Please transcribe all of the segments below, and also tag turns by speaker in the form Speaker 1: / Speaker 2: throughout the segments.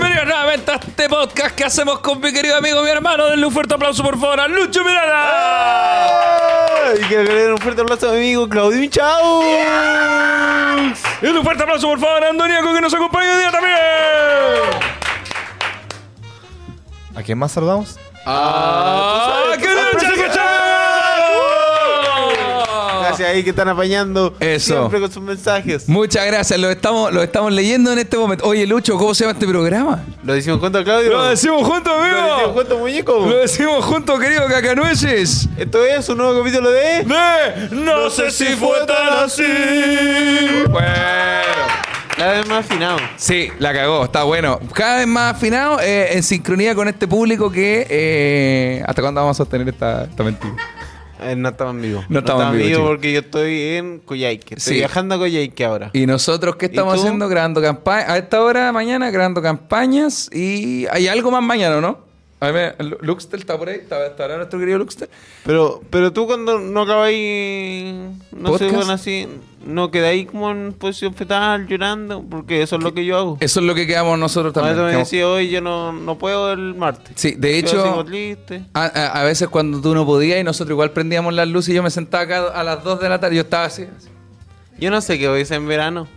Speaker 1: presenta este podcast que hacemos con mi querido amigo, mi hermano. Denle un fuerte aplauso, por favor, a Lucho Miranda.
Speaker 2: Y quiero que le den un fuerte aplauso a mi amigo Claudio Chau.
Speaker 3: Eh.
Speaker 1: Y un fuerte aplauso, por favor, a Andoniaco, que nos acompaña hoy día también.
Speaker 2: ¿A quién más saludamos?
Speaker 1: ¡Ah, qué lucha que
Speaker 3: Ah.
Speaker 1: echamos!
Speaker 2: Gracias ahí que están apañando
Speaker 3: Eso.
Speaker 2: siempre con sus mensajes.
Speaker 3: Muchas gracias, lo estamos, lo estamos leyendo en este momento. Oye, Lucho, ¿cómo se llama este programa?
Speaker 2: ¿Lo decimos juntos, Claudio?
Speaker 1: Lo decimos juntos,
Speaker 2: ¿Lo decimos
Speaker 1: amigo.
Speaker 2: juntos, muñeco?
Speaker 3: Lo decimos juntos, querido Cacanueces.
Speaker 2: Esto es un nuevo capítulo de...
Speaker 1: De no sé si fue tan así.
Speaker 3: Bueno.
Speaker 2: Cada vez más afinado.
Speaker 3: Sí, la cagó, está bueno. Cada vez más afinado, eh, en sincronía con este público que... eh, ¿Hasta cuándo vamos a sostener esta, esta mentira?
Speaker 2: Eh, no estaban vivo.
Speaker 3: No estaban
Speaker 2: estaban
Speaker 3: vivo,
Speaker 2: vivo
Speaker 3: chico.
Speaker 2: porque yo estoy en Coyhaique. Estoy
Speaker 3: Sí.
Speaker 2: viajando a Coyhaique ahora.
Speaker 3: ¿Y nosotros qué estamos
Speaker 2: tú?
Speaker 3: haciendo? Grabando campañas. A esta hora, mañana, grabando campañas. Y hay algo más mañana, ¿no? A mí me- Lu- Luxtel está por ahí. ¿Está, estará nuestro querido Luxtel?
Speaker 2: Pero, pero tú cuando no acabáis... No sé,
Speaker 3: ¿Podcast?
Speaker 2: bueno, así... No quedáis como en posición fetal llorando porque eso es lo que yo hago.
Speaker 3: Eso es lo que quedamos nosotros también.
Speaker 2: Ahora me
Speaker 3: Quedamos-
Speaker 2: decía hoy yo no, no puedo el martes.
Speaker 3: Sí, de
Speaker 2: Quedo así como
Speaker 3: hecho,
Speaker 2: triste.
Speaker 3: a, a- a veces cuando tú no podías y nosotros igual prendíamos las luces y yo me sentaba acá a las 2 de la tarde. Yo estaba así. así.
Speaker 2: Yo no sé qué voy a hacer en verano.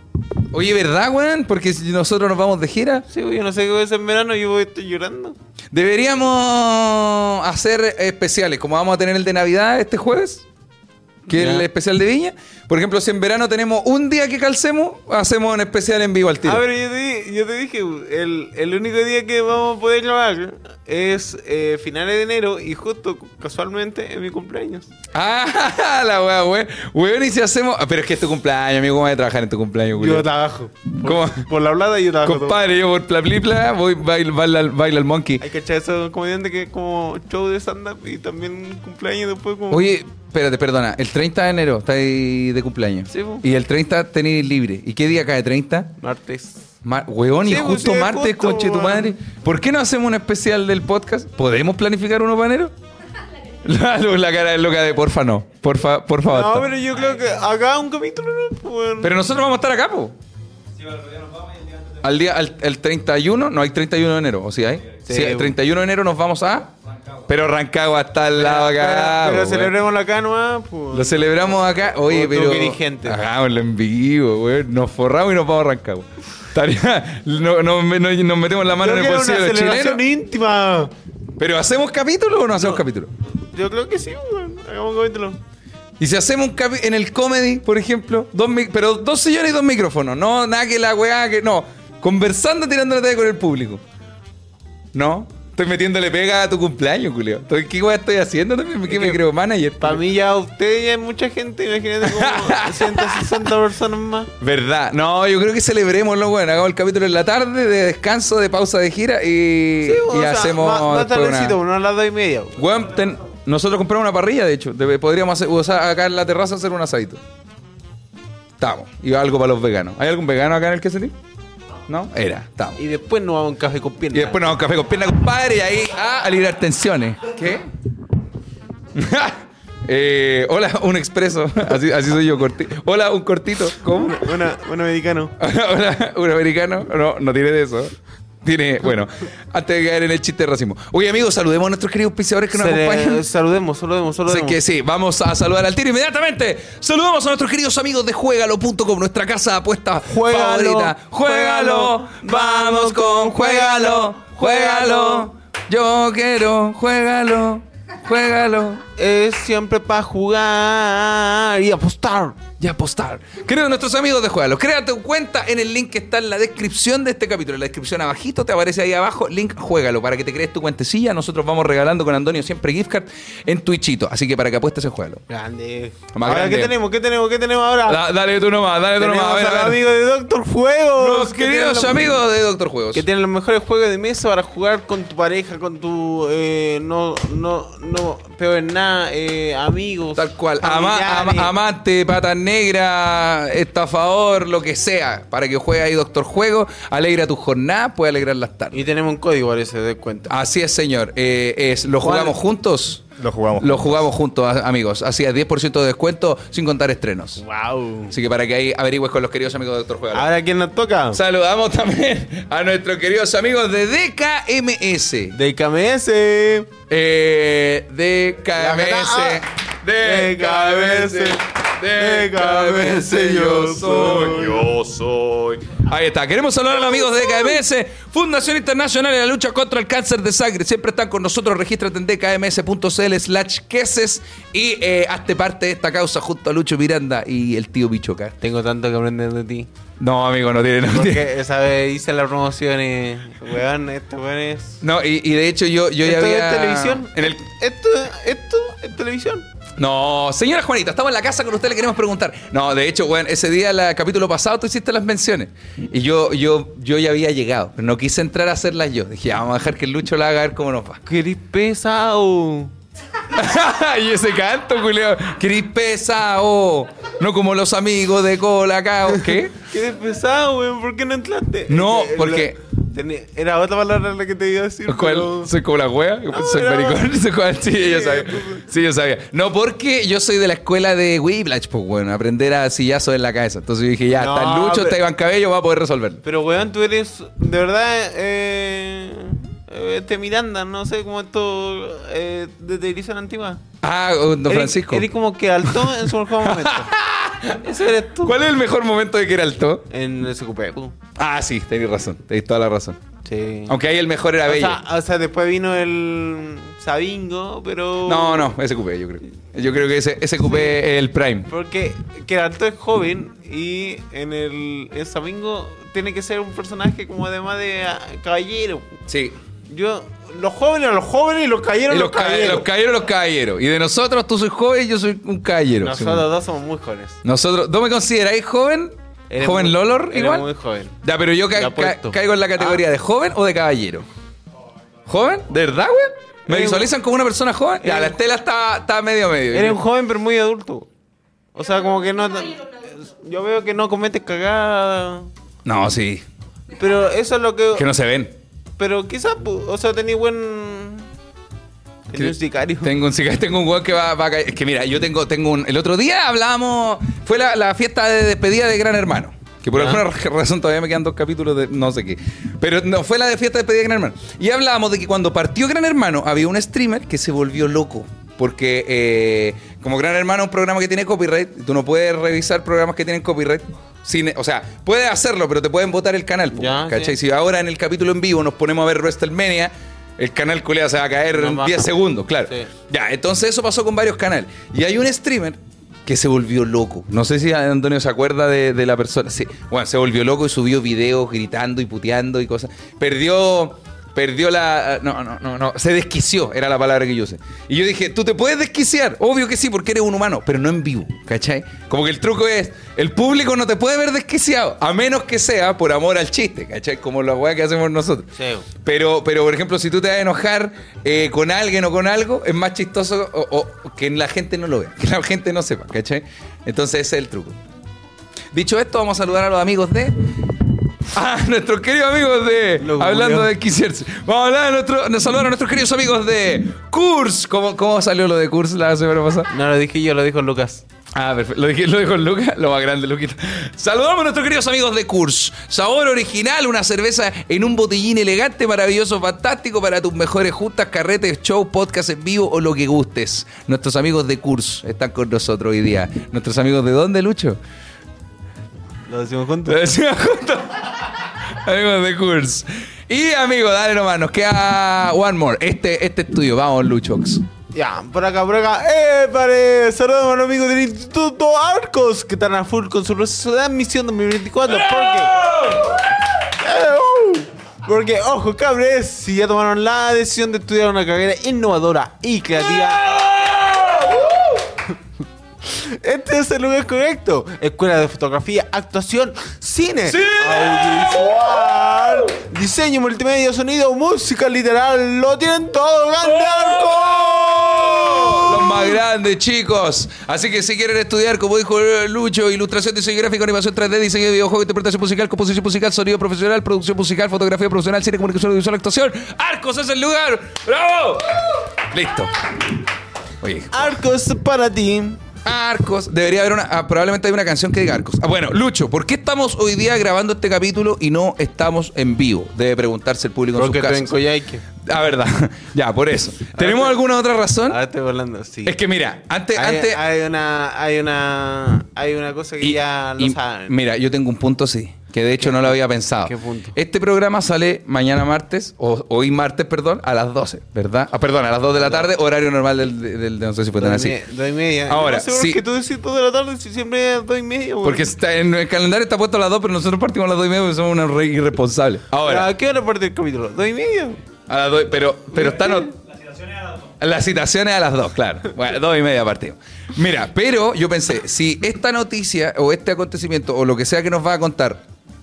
Speaker 3: Oye, ¿verdad, weón? Porque si nosotros nos vamos de gira.
Speaker 2: Sí, güey, yo no sé qué voy a hacer en verano, yo voy estoy llorando.
Speaker 3: Deberíamos hacer especiales, como vamos a tener el de Navidad este jueves, que es
Speaker 2: Ya.
Speaker 3: el especial de Viña. Por ejemplo, si en verano tenemos un día que calcemos, hacemos un especial en vivo al tiro.
Speaker 2: A ver, Ah, yo te, di- yo te dije, el, el único día que vamos a poder grabar es eh, finales de enero y justo casualmente es mi cumpleaños.
Speaker 3: Ah, la weá, weón. Weón, y si hacemos. Ah, pero es que es tu cumpleaños, amigo. ¿Cómo vas a trabajar en tu cumpleaños,
Speaker 2: Yo
Speaker 3: Julio?
Speaker 2: trabajo. Por,
Speaker 3: eh. ¿Cómo?
Speaker 2: por la hablada yo trabajo.
Speaker 3: Compadre, yo por plaplipla voy bail- baila, baila el monkey.
Speaker 2: todo. Hay que echar esos comediantes que es como show de stand-up y también cumpleaños después como...
Speaker 3: Oye, espérate, perdona. El 30 de enero estáis de cumpleaños.
Speaker 2: Sí, po.
Speaker 3: y el 30 tenéis libre. ¿Y qué día cae? ¿30?
Speaker 2: Martes.
Speaker 3: Mar- weón, y
Speaker 2: Sí, pues,
Speaker 3: justo
Speaker 2: sí,
Speaker 3: martes,
Speaker 2: justo,
Speaker 3: conche tu
Speaker 2: weón.
Speaker 3: madre. ¿Por qué no hacemos un especial del podcast? ¿Podemos planificar uno panero? La, la cara de loca de porfa no. Porfa, porfa basta.
Speaker 2: No,
Speaker 3: pero...
Speaker 2: pero yo creo que acá un capítulo no, Pues, bueno.
Speaker 3: nosotros vamos a estar acá, po. Al día, al, el 31, no hay 31 de enero, ¿o sí hay?
Speaker 2: Sí,
Speaker 3: Sí, el
Speaker 2: weón.
Speaker 3: 31 de enero nos vamos a... Pero Rancagua está al lado acá. pues,
Speaker 2: Pero
Speaker 3: po, weón.
Speaker 2: celebremos la canoa, pues.
Speaker 3: Lo celebramos acá. Oye,
Speaker 2: Como
Speaker 3: pero.
Speaker 2: dirigente.
Speaker 3: Hagámoslo en vivo, weón. Nos forramos y nos vamos a arrancar, weón. Estaría- no- no- me- no- nos metemos la mano en
Speaker 2: Yo
Speaker 3: el
Speaker 2: quiero
Speaker 3: bolsillo de los chilenos.
Speaker 2: íntima.
Speaker 3: Pero ¿hacemos capítulo o no hacemos capítulo?
Speaker 2: Yo creo que sí, weón. Hagamos un capítulo.
Speaker 3: Y si hacemos un capi- en el comedy, por ejemplo, dos mi- pero dos sillones y dos micrófonos. No, nada que la weá, que no. Conversando, tirando la talla con el público. ¿No? Estoy metiéndole pega a tu cumpleaños, Julio. ¿Qué weá estoy haciendo también? ¿Qué me creo manager?
Speaker 2: Para mí ya usted ya hay mucha gente. Imagínate como 160 personas más.
Speaker 3: Verdad. No, yo creo que celebremoslo, bueno. Hagamos el capítulo en la tarde, de descanso, de pausa de gira y, y
Speaker 2: Sí, weón, o sea,
Speaker 3: hacemos
Speaker 2: Más, más
Speaker 3: después una-
Speaker 2: tardecito, una... a las dos y media. pues. weón.
Speaker 3: Weón, ten- Nosotros compramos una parrilla, de hecho. Debe- Podríamos hacer, usar acá en la terraza hacer un asadito. Estamos. Y algo para los veganos. ¿Hay algún vegano acá en el que sentir? No, era, estamos.
Speaker 2: Y después nos vamos a un café con piernas.
Speaker 3: Y después nos vamos a un café con pierna, compadre, y ahí a aliviar tensiones. ¿Qué? Eh, hola, un expreso. Así, así soy yo, corti- Hola, un cortito. ¿Cómo?
Speaker 2: Una, un americano.
Speaker 3: Ahora, un americano no, no tiene de eso. Tiene, bueno, antes de caer en el chiste de racismo. Oye, amigos, saludemos a nuestros queridos auspiciadores que nos
Speaker 2: Se le-
Speaker 3: acompañan.
Speaker 2: saludemos, saludemos,
Speaker 3: Así
Speaker 2: saludemos.
Speaker 3: que sí, vamos a saludar al tiro inmediatamente. Saludamos a nuestros queridos amigos de Juegalo.com, nuestra casa de apuestas
Speaker 2: Juégalo,
Speaker 3: favorita. Juegalo, vamos con Juegalo, Juegalo. Yo quiero, Juegalo, Juegalo.
Speaker 2: Es siempre para jugar y apostar.
Speaker 3: y apostar. Creo en nuestros amigos de Juegalo. Créate tu cuenta en el link que está en la descripción de este capítulo. En la descripción abajito te aparece ahí abajo, link Juegalo, para que te crees tu cuentecilla. Nosotros vamos regalando con Antonio siempre gift card en Twitchito. Así que para que apuestes en Juegalo.
Speaker 2: Grande.
Speaker 3: Más
Speaker 2: ahora,
Speaker 3: grande.
Speaker 2: ¿qué tenemos? ¿Qué tenemos? ¿Qué tenemos ahora?
Speaker 3: Da- dale tú nomás, dale tú
Speaker 2: tenemos
Speaker 3: nomás. A ver,
Speaker 2: al
Speaker 3: a ver.
Speaker 2: amigo de Doctor Fuego.
Speaker 3: Los
Speaker 2: que tiene
Speaker 3: queridos
Speaker 2: la-
Speaker 3: amigos de Doctor Juegos.
Speaker 2: Que tienen los mejores juegos de mesa para jugar con tu pareja, con tu. eh, no, no, no, peor en nada, eh, amigos.
Speaker 3: Tal cual. Ama-
Speaker 2: familiares.
Speaker 3: ama- amante, patas negra, estafador, lo que sea, para que juegue ahí Doctor Juego, alegra tu jornada, puede alegrar las tardes.
Speaker 2: Y tenemos un código, parece, de cuenta.
Speaker 3: Así es, señor. Eh, es, ¿Lo
Speaker 2: ¿Cuál?
Speaker 3: jugamos juntos?
Speaker 4: Lo jugamos.
Speaker 3: Lo jugamos juntos, a- amigos. Así es, 10% de descuento sin contar estrenos.
Speaker 2: Wow.
Speaker 3: Así que para que ahí averigües con los queridos amigos de Doctor Juego.
Speaker 2: Ahora, ¿quién nos toca?
Speaker 3: Saludamos también a nuestros queridos amigos de DKMS.
Speaker 2: De KMS.
Speaker 3: Eh, DKMS.
Speaker 2: ah. DKMS,
Speaker 3: DKMS yo soy.
Speaker 4: Yo soy.
Speaker 3: Ahí está. Queremos saludar a los amigos de DKMS, Fundación Internacional de la Lucha contra el Cáncer de Sangre. Siempre están con nosotros. Regístrate en dkms.cl slash queses y eh, hazte parte de esta causa junto a Lucho Miranda y el tío Bichoca.
Speaker 2: Tengo tanto que aprender de ti.
Speaker 3: No, amigo, no tiene nada.
Speaker 2: Porque esa vez hice las promociones. Weón, esto weón es.
Speaker 3: No, y, y de hecho yo, yo ya
Speaker 2: ¿Esto
Speaker 3: había...
Speaker 2: es televisión?
Speaker 3: En el,
Speaker 2: ¿Esto, esto es televisión?
Speaker 3: No, señora Juanita, estamos en la casa con usted, le queremos preguntar. No, de hecho, bueno, ese día, el capítulo pasado, tú hiciste las menciones. Y yo, yo, yo ya había llegado, pero no quise entrar a hacerlas yo. Dije, ya, vamos a dejar que el Lucho la haga a ver cómo nos va.
Speaker 2: Qué pesado.
Speaker 3: y ese canto, culiao. Crispeza, oh. No como los amigos de Colacao. ¿Qué?
Speaker 2: Qué pesado, weón. ¿Por qué no entraste?
Speaker 3: No,
Speaker 2: Eh,
Speaker 3: porque-
Speaker 2: la- tenía- era otra palabra la que te iba a decir.
Speaker 3: ¿Cuál?
Speaker 2: pero-
Speaker 3: ¿Soy como la wea? ¿Soy
Speaker 2: pero-
Speaker 3: maricón? ¿Soy cual? Sí, yo
Speaker 2: Ah, Sí, pues.
Speaker 3: sabía. Sí, yo sabía. No, porque yo soy de la escuela de Whiplash, pues bueno, aprender a sillazos en la cabeza. Entonces yo dije, ya,
Speaker 2: No,
Speaker 3: está el Lucho,
Speaker 2: pero-
Speaker 3: está Iván Cabello, va a poder resolverlo.
Speaker 2: Pero, weón, tú eres. De verdad, eh. eh, Este Miranda, no sé cómo esto. Eh, de televisión antigua.
Speaker 3: Ah, oh, don
Speaker 2: Eres-
Speaker 3: Francisco.
Speaker 2: Eres como que alto en su mejor momento. Ese eres tú.
Speaker 3: ¿Cuál es el mejor momento de Geralto?
Speaker 2: En ese cupé. uh,
Speaker 3: Ah, sí, tenéis razón, tenéis toda la razón.
Speaker 2: Sí.
Speaker 3: Aunque ahí el mejor era
Speaker 2: o
Speaker 3: Bello.
Speaker 2: sea, o sea, después vino el Sabingo, pero.
Speaker 3: No, no, ese cupé, yo creo. Yo creo que ese, ese cupé es el prime.
Speaker 2: Porque Geralto es joven y en el, en Sabingo tiene que ser un personaje como además de ah, caballero.
Speaker 3: Sí.
Speaker 2: Yo, los jóvenes, a los jóvenes y los
Speaker 3: Y
Speaker 2: caballeros, a
Speaker 3: los,
Speaker 2: los
Speaker 3: caballeros,
Speaker 2: caballeros.
Speaker 3: los caballeros, los caballeros. Y de nosotros, tú sois joven y yo soy un caballero.
Speaker 2: Nosotros
Speaker 3: según.
Speaker 2: dos somos muy jóvenes.
Speaker 3: Nosotros, ¿tú me consideráis joven?
Speaker 2: Eres
Speaker 3: ¿Joven
Speaker 2: muy-
Speaker 3: Lolor
Speaker 2: eres
Speaker 3: igual?
Speaker 2: muy joven.
Speaker 3: Ya, pero yo ca-
Speaker 2: Ya
Speaker 3: ca-
Speaker 2: puesto. Ah.
Speaker 3: caigo en la categoría de joven o de caballero. ¿Joven? ¿De verdad, güey? ¿Me
Speaker 2: Eres un-
Speaker 3: visualizan como una persona joven? Ya,
Speaker 2: eres
Speaker 3: la
Speaker 2: un-
Speaker 3: estela está, está medio medio.
Speaker 2: Eres un joven pero muy adulto. O sea, como que no... Yo veo que no cometes cagada.
Speaker 3: No, sí.
Speaker 2: Pero eso es lo
Speaker 3: Que no se ven.
Speaker 2: Pero quizás, pu- o sea, tenía buen. Tenía un sicario.
Speaker 3: Tengo un sicario, tengo un weón que va, va a caer. Es que mira, yo tengo, tengo un. El otro día hablábamos. Fue la, la fiesta de despedida de Gran Hermano. Que por
Speaker 2: Ya.
Speaker 3: alguna ra- razón todavía me quedan dos capítulos de no sé qué. Pero no, fue la de fiesta de despedida de Gran Hermano. Y hablábamos de que cuando partió Gran Hermano había un streamer que se volvió loco. Porque eh, como Gran Hermano es un programa que tiene copyright, tú no puedes revisar programas que tienen copyright. sin- o sea, puedes hacerlo, pero te pueden votar el canal. po,
Speaker 2: Ya,
Speaker 3: ¿Cachai?
Speaker 2: sí.
Speaker 3: Si ahora en el capítulo en vivo nos ponemos a ver WrestleMania, el canal culea se va a caer
Speaker 2: No
Speaker 3: en
Speaker 2: baja.
Speaker 3: 10 segundos, claro.
Speaker 2: Sí.
Speaker 3: Ya, entonces eso pasó con varios canales. Y hay un streamer que se volvió loco. No sé si Antonio se acuerda de, de la persona. Sí, bueno, se volvió loco y subió videos gritando y puteando y cosas. Perdió. Perdió la. No, no, no, no. Se desquició, era la palabra que yo usé. Y yo dije, tú te puedes desquiciar. Obvio que sí, porque eres un humano, pero no en vivo, ¿cachai? Como que el truco es, el público no te puede ver desquiciado, a menos que sea por amor al chiste, ¿cachai? Como la weá que hacemos nosotros.
Speaker 2: Sí.
Speaker 3: Pero, pero, por ejemplo, si tú te vas a enojar eh, con alguien o con algo, es más chistoso o- o que la gente no lo vea, que la gente no sepa, ¿cachai? Entonces ese es el truco. Dicho esto, vamos a saludar a los amigos de... A nuestros queridos amigos de...
Speaker 2: Lo
Speaker 3: hablando
Speaker 2: googleó.
Speaker 3: de quisierse. Vamos a hablar a nuestro, nos saludar a nuestros queridos amigos de... Kurs. ¿Cómo, cómo salió lo de Kurs la semana pasada?
Speaker 2: No lo dije yo, lo dijo Lucas.
Speaker 3: Ah, perfecto. Lo, dije- lo dijo el Luca, lo más grande, Luquita. Saludamos a nuestros queridos amigos de Kurs. Sabor original, una cerveza en un botellín elegante, maravilloso, fantástico para tus mejores juntas, carretes, show, podcast en vivo o lo que gustes. Nuestros amigos de Kurs están con nosotros hoy día. ¿Nuestros amigos de dónde, Lucho?
Speaker 2: Lo decimos juntos.
Speaker 3: Lo decimos juntos. amigos de Kurs. Y amigos, dale nomás, nos queda one more. Este, este es tuyo. Vamos, Luchox.
Speaker 2: Ya, por acá, por acá. ¡Eh, pare! Saludos a los amigos del Instituto Arcos que están a full con su proceso de admisión 2024. Porque. ¡Eh, uh! Porque, ojo, cabres, si ya tomaron la decisión de estudiar una carrera innovadora y creativa. Este es el lugar correcto. Escuela de fotografía, actuación, cine, audiovisual, diseño, multimedia, sonido, música, literal. Lo tienen todo, grande Arcos.
Speaker 3: Los más grandes, chicos. Así que si quieren estudiar, como dijo eh, Lucho, ilustración, diseño gráfico, animación 3D, diseño de videojuegos, interpretación musical, composición musical, sonido profesional, producción musical, fotografía profesional, cine, comunicación, audiovisual, actuación. Arcos es el lugar. ¡Bravo! Listo. Oye,
Speaker 2: Arcos para ti.
Speaker 3: Arcos. Debería haber una. ah, probablemente hay una canción que diga Arcos. Ah, bueno, Lucho, ¿por qué estamos hoy día grabando este capítulo y no estamos en vivo? Debe preguntarse el público
Speaker 2: Porque
Speaker 3: en sus
Speaker 2: estoy en
Speaker 3: casas.
Speaker 2: Coyhaique.
Speaker 3: Ah, verdad. ya, por eso. ¿Tenemos alguna otra razón?
Speaker 2: Ahora Ah, estoy volando, sí.
Speaker 3: Es que mira, antes.
Speaker 2: hay,
Speaker 3: antes
Speaker 2: hay una, hay una, hay una cosa que
Speaker 3: y-
Speaker 2: ya lo
Speaker 3: y
Speaker 2: saben.
Speaker 3: Mira, yo tengo un punto así, que de hecho no lo había pensado.
Speaker 2: qué punto?
Speaker 3: Este programa sale mañana martes, o hoy martes, perdón, a las 12, ¿verdad? Ah, perdón, a las 2 de la tarde, horario normal del. del- del- no sé si fue tan
Speaker 2: Dos y
Speaker 3: así.
Speaker 2: me- dos y media.
Speaker 3: Ahora,
Speaker 2: no sé por
Speaker 3: sí.
Speaker 2: qué tú decís dos de la tarde si siempre es dos y media. güey.
Speaker 3: Porque está, en el calendario está puesto a las 2, pero nosotros partimos a las 2 y media porque somos unos re irresponsables. Ahora,
Speaker 2: ¿A qué hora parte el capítulo? ¿Dos y media?
Speaker 3: a las 2, pero, pero están... o- Las citaciones a las 2, claro. Bueno, 2 y media partimos. Mira, pero yo pensé, si esta noticia o este acontecimiento o lo que sea que nos va a contar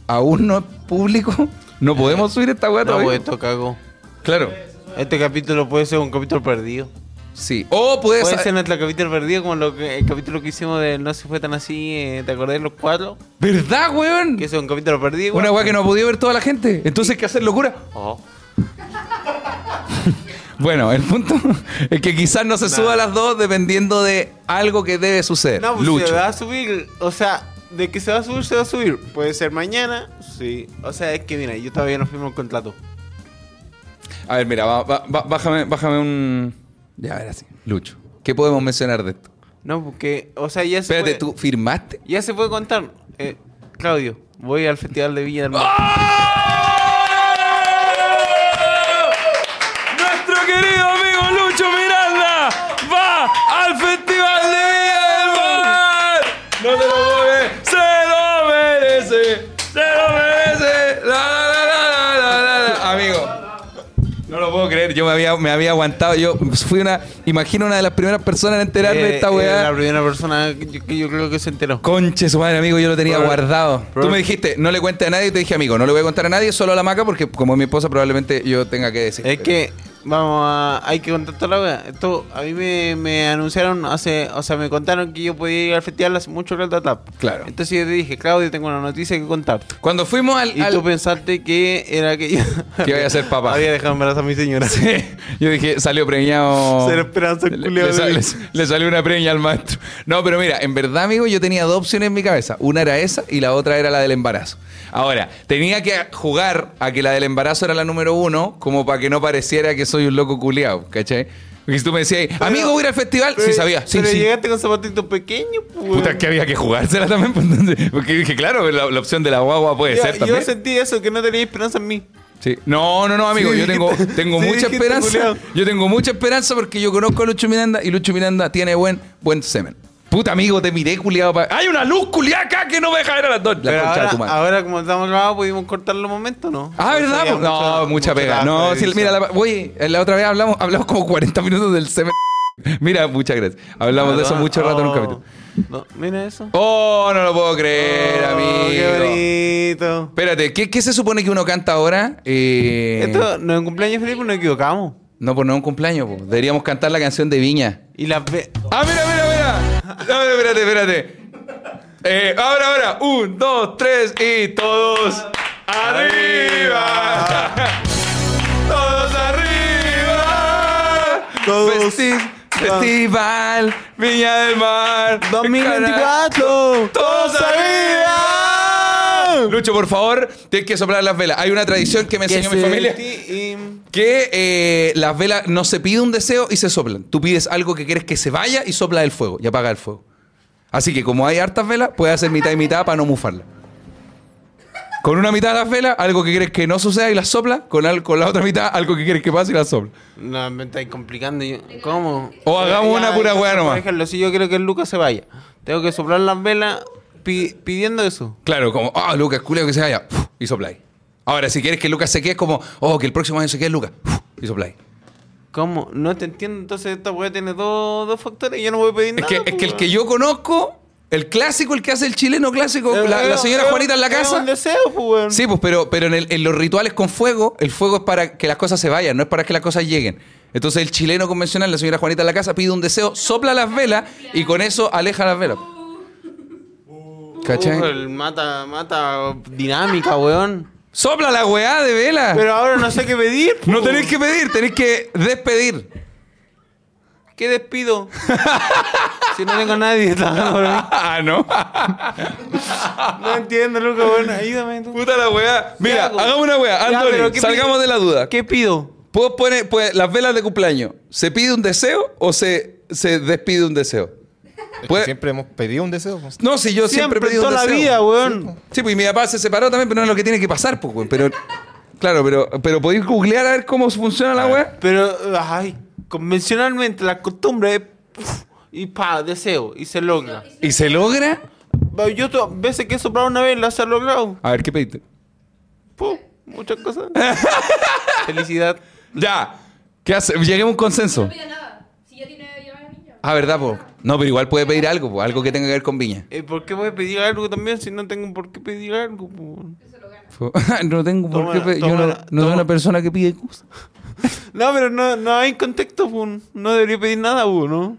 Speaker 3: aún no es público, no podemos subir esta weá
Speaker 2: No,
Speaker 3: todavía.
Speaker 2: pues esto cago.
Speaker 3: Claro,
Speaker 2: Este capítulo puede ser un capítulo perdido.
Speaker 3: sí. O puede
Speaker 2: Puede
Speaker 3: ser...
Speaker 2: ser nuestro capítulo perdido como lo que- el capítulo que hicimos de No se fue tan así, eh, ¿te acordás los cuatro?
Speaker 3: ¿Verdad, weón?
Speaker 2: Que ese es un capítulo perdido. igual.
Speaker 3: Una weá que no ha podido ver toda la gente. Entonces, ¿qué hacer locura?
Speaker 2: Oh.
Speaker 3: Bueno, el punto es que quizás no se suba a las dos dependiendo de algo que debe suceder.
Speaker 2: No, pues se
Speaker 3: Lucho.
Speaker 2: va a subir. O sea, de que se va a subir, se va a subir. Puede ser mañana, sí. O sea, es que mira, yo todavía no firmo el contrato.
Speaker 3: A ver, mira, va- va- va- bájame, bájame un. Ya, a ver, así. Lucho. ¿Qué podemos mencionar de esto?
Speaker 2: No, porque, o sea, ya se
Speaker 3: Espérate,
Speaker 2: puede,
Speaker 3: ¿tú firmaste?
Speaker 2: ya se puede contar. Eh, Claudio, voy al Festival de Villa del Mar.
Speaker 3: ¡Oh!
Speaker 1: Nuestro querido amigo Lucho Miranda va al Festival de Villa del Mar. No te lo puedo creer. Se lo merece. Se lo merece.
Speaker 3: La, la, la, la, la, la, la. Amigo. No lo puedo creer, yo me había, me había aguantado. Yo fui una, imagino, una de las primeras personas en enterarme de
Speaker 2: Eh,
Speaker 3: esta
Speaker 2: eh,
Speaker 3: weá.
Speaker 2: la primera persona que yo, que yo creo que se enteró.
Speaker 3: Conche su madre, amigo, yo lo tenía
Speaker 2: Proba-
Speaker 3: guardado. Tú
Speaker 2: proba-
Speaker 3: me dijiste, no le cuente a nadie, y te dije, amigo, no le voy a contar a nadie, solo a la maca, porque como es mi esposa, probablemente yo tenga que decir.
Speaker 2: Es que, vamos a. Hay que contar toda la weá. Esto, a mí me, me anunciaron hace. O sea, me contaron que yo podía ir al festival hace mucho rato atrás.
Speaker 3: Claro.
Speaker 2: Entonces yo te dije, Claudio, tengo una noticia que contar.
Speaker 3: Cuando fuimos al.
Speaker 2: Y
Speaker 3: al-
Speaker 2: tú pensaste que era que yo.
Speaker 3: Que iba a ser papá.
Speaker 2: Había dejado embarazada a mi señora.
Speaker 3: Sí, yo dije, salió preñado.
Speaker 2: Cero esperanza,
Speaker 3: Le-
Speaker 2: culiao,
Speaker 3: le,
Speaker 2: de-
Speaker 3: sal- le- le salió una preña al maestro. No, pero mira, en verdad, amigo, yo tenía dos opciones en mi cabeza. Una era esa y la otra era la del embarazo. Ahora, tenía que jugar a que la del embarazo era la número uno, como para que no pareciera que soy un loco culiao, ¿cachai? Porque si tú me decías, amigo, voy a ir al festival, sí
Speaker 2: Pero-
Speaker 3: sabía. Sí,
Speaker 2: pero
Speaker 3: sí.
Speaker 2: llegaste con zapatitos pequeños, pues.
Speaker 3: Puta, que había que jugársela también. pues, entonces, porque dije, claro, la, la opción de la guagua puede
Speaker 2: yo,
Speaker 3: ser
Speaker 2: yo
Speaker 3: también.
Speaker 2: sentí eso, que no tenía esperanza en mí.
Speaker 3: Sí. No, no, no, amigo.
Speaker 2: Sí,
Speaker 3: yo tengo,
Speaker 2: dijiste-
Speaker 3: tengo
Speaker 2: sí,
Speaker 3: mucha
Speaker 2: dijiste,
Speaker 3: esperanza.
Speaker 2: culiao.
Speaker 3: Yo tengo mucha esperanza porque yo conozco a Lucho Miranda y Lucho Miranda tiene buen, buen semen. Puta amigo, te miré culiado. pa- ¡Hay una luz culiada acá que no me deja ver a las dos! La
Speaker 2: Pero
Speaker 3: concha de
Speaker 2: ahora,
Speaker 3: tu madre.
Speaker 2: ahora, como estamos grabados, pudimos cortar los momentos, ¿no?
Speaker 3: Ah,
Speaker 2: Entonces
Speaker 3: ¿verdad?
Speaker 2: había
Speaker 3: po? no, mucha
Speaker 2: mucho
Speaker 3: pega.
Speaker 2: trabajo
Speaker 3: No,
Speaker 2: de
Speaker 3: sí, mira, la, oye, la otra vez hablamos, hablamos como 40 minutos del semen. Mira, muchas gracias. Hablamos de eso
Speaker 2: Perdón.
Speaker 3: mucho rato en un
Speaker 2: Oh.
Speaker 3: capítulo.
Speaker 2: No, mira eso.
Speaker 3: ¡Oh, no lo puedo creer,
Speaker 2: Oh,
Speaker 3: amigo!
Speaker 2: Qué bonito.
Speaker 3: Espérate, ¿qué, qué se supone que uno canta ahora? Eh,
Speaker 2: Esto, no en cumpleaños Felipe nos equivocamos.
Speaker 3: No, pues no es un cumpleaños, po. deberíamos cantar la canción de Viña.
Speaker 2: Y las ve-
Speaker 3: ¡Ah, mira, mira, mira! A ver, espérate, espérate. Eh, ahora, ahora. Un, dos, tres y todos arriba. todos arriba.
Speaker 2: Todos.
Speaker 3: Festi- Festival Viña del Mar.
Speaker 2: 2024.
Speaker 3: Todos arriba. Lucho, por favor, tienes que soplar las velas. Hay una tradición que me
Speaker 2: Que
Speaker 3: enseñó mi
Speaker 2: se
Speaker 3: familia.
Speaker 2: ti- y-
Speaker 3: Que eh, las velas no se pide un deseo y se soplan. Tú pides algo que quieres que se vaya y sopla el fuego y apaga el fuego. Así que como hay hartas velas, puedes hacer mitad y mitad para no mufarla. Con una mitad de las velas, algo que quieres que no suceda y las sopla. Con, al- con la otra mitad, algo que quieres que pase y las sopla.
Speaker 2: No, me estáis complicando. yo- ¿Cómo?
Speaker 3: O hagamos una pura
Speaker 2: ya,
Speaker 3: weá nomás.
Speaker 2: Por ejemplo, si yo quiero que el Lucas se vaya, tengo que soplar las velas pi- pidiendo eso.
Speaker 3: Claro, como, ah, Lucas, culo que se vaya. uf, Y sopla ahí. Ahora, si quieres que Lucas se quede, es como, oh, que el próximo año se quede Lucas. uf, Y sopla ahí.
Speaker 2: ¿Cómo? No te entiendo. Entonces, esta weá tiene dos, dos factores y yo no voy a pedir
Speaker 3: Es
Speaker 2: nada.
Speaker 3: que,
Speaker 2: pues,
Speaker 3: es que el
Speaker 2: weón. Eh,
Speaker 3: que yo conozco, el clásico, el que hace el chileno clásico,
Speaker 2: Es-
Speaker 3: la, la
Speaker 2: es-
Speaker 3: señora
Speaker 2: es-
Speaker 3: Juanita en la
Speaker 2: es
Speaker 3: casa.
Speaker 2: un deseo, pues, weón.
Speaker 3: Sí, pues, pero, pero en, el- en los rituales con fuego, el fuego es para que las cosas se vayan, no es para que las cosas lleguen. Entonces el chileno convencional, la señora Juanita de la casa, pide un deseo, sopla las velas y con eso aleja las velas.
Speaker 2: Uh,
Speaker 3: ¿Cachai?
Speaker 2: el mata, mata dinámica, weón.
Speaker 3: ¡Sopla la weá de vela!
Speaker 2: Pero ahora no sé qué pedir. pues.
Speaker 3: No
Speaker 2: po.
Speaker 3: tenéis que pedir, tenéis que despedir.
Speaker 2: ¿Qué despido? si no tengo a nadie trabajando por mí.
Speaker 3: Ah, no.
Speaker 2: No entiendo, Luca, bueno, ayúdame tú.
Speaker 3: Puta la weá. Mira,
Speaker 2: hago?
Speaker 3: hagamos una weá.
Speaker 2: Ya,
Speaker 3: Antonio,
Speaker 2: pero ¿qué
Speaker 3: salgamos
Speaker 2: pide?
Speaker 3: de la duda.
Speaker 2: ¿Qué pido?
Speaker 3: ¿Puedo poner pues, las velas de cumpleaños? ¿Se pide un deseo o se, se despide un deseo?
Speaker 4: Es que
Speaker 3: Pues-
Speaker 4: siempre hemos pedido un deseo. pues.
Speaker 3: No, si yo siempre,
Speaker 2: Siempre,
Speaker 3: he pedido
Speaker 2: toda
Speaker 3: un
Speaker 2: la
Speaker 3: deseo.
Speaker 2: vida, weón.
Speaker 3: Sí, pues y mi papá se separó también, pero no es lo que tiene que pasar, pues, weón. Pero, claro, pero, pero podéis googlear a ver cómo funciona
Speaker 2: Ah.
Speaker 3: la weá.
Speaker 2: Pero, ay, convencionalmente la costumbre es puf, y pa, deseo, y se logra.
Speaker 3: ¿Y se logra?
Speaker 2: Pero Yo to- veces que he soplado una vez, la se ha logrado.
Speaker 3: A ver, ¿qué pediste?
Speaker 2: Puf, muchas cosas. Felicidad.
Speaker 3: Ya. ¿Qué hace? Lleguemos a un consenso.
Speaker 5: No pida nada. Si ya tiene ya la niña.
Speaker 3: Ah, ¿verdad, po? No, pero igual puede pedir algo, po. Algo que tenga que ver con viña.
Speaker 2: Eh, ¿Por qué voy a pedir algo también si no tengo por qué pedir algo? po?
Speaker 3: Po- no tengo por
Speaker 2: Toma
Speaker 3: qué
Speaker 2: la-
Speaker 3: pe- Yo
Speaker 2: toma
Speaker 3: no,
Speaker 2: la-
Speaker 3: no soy
Speaker 2: toma-
Speaker 3: una persona que pide cosas.
Speaker 2: No, pero no, no hay contexto, po. no debería pedir nada, po, ¿no?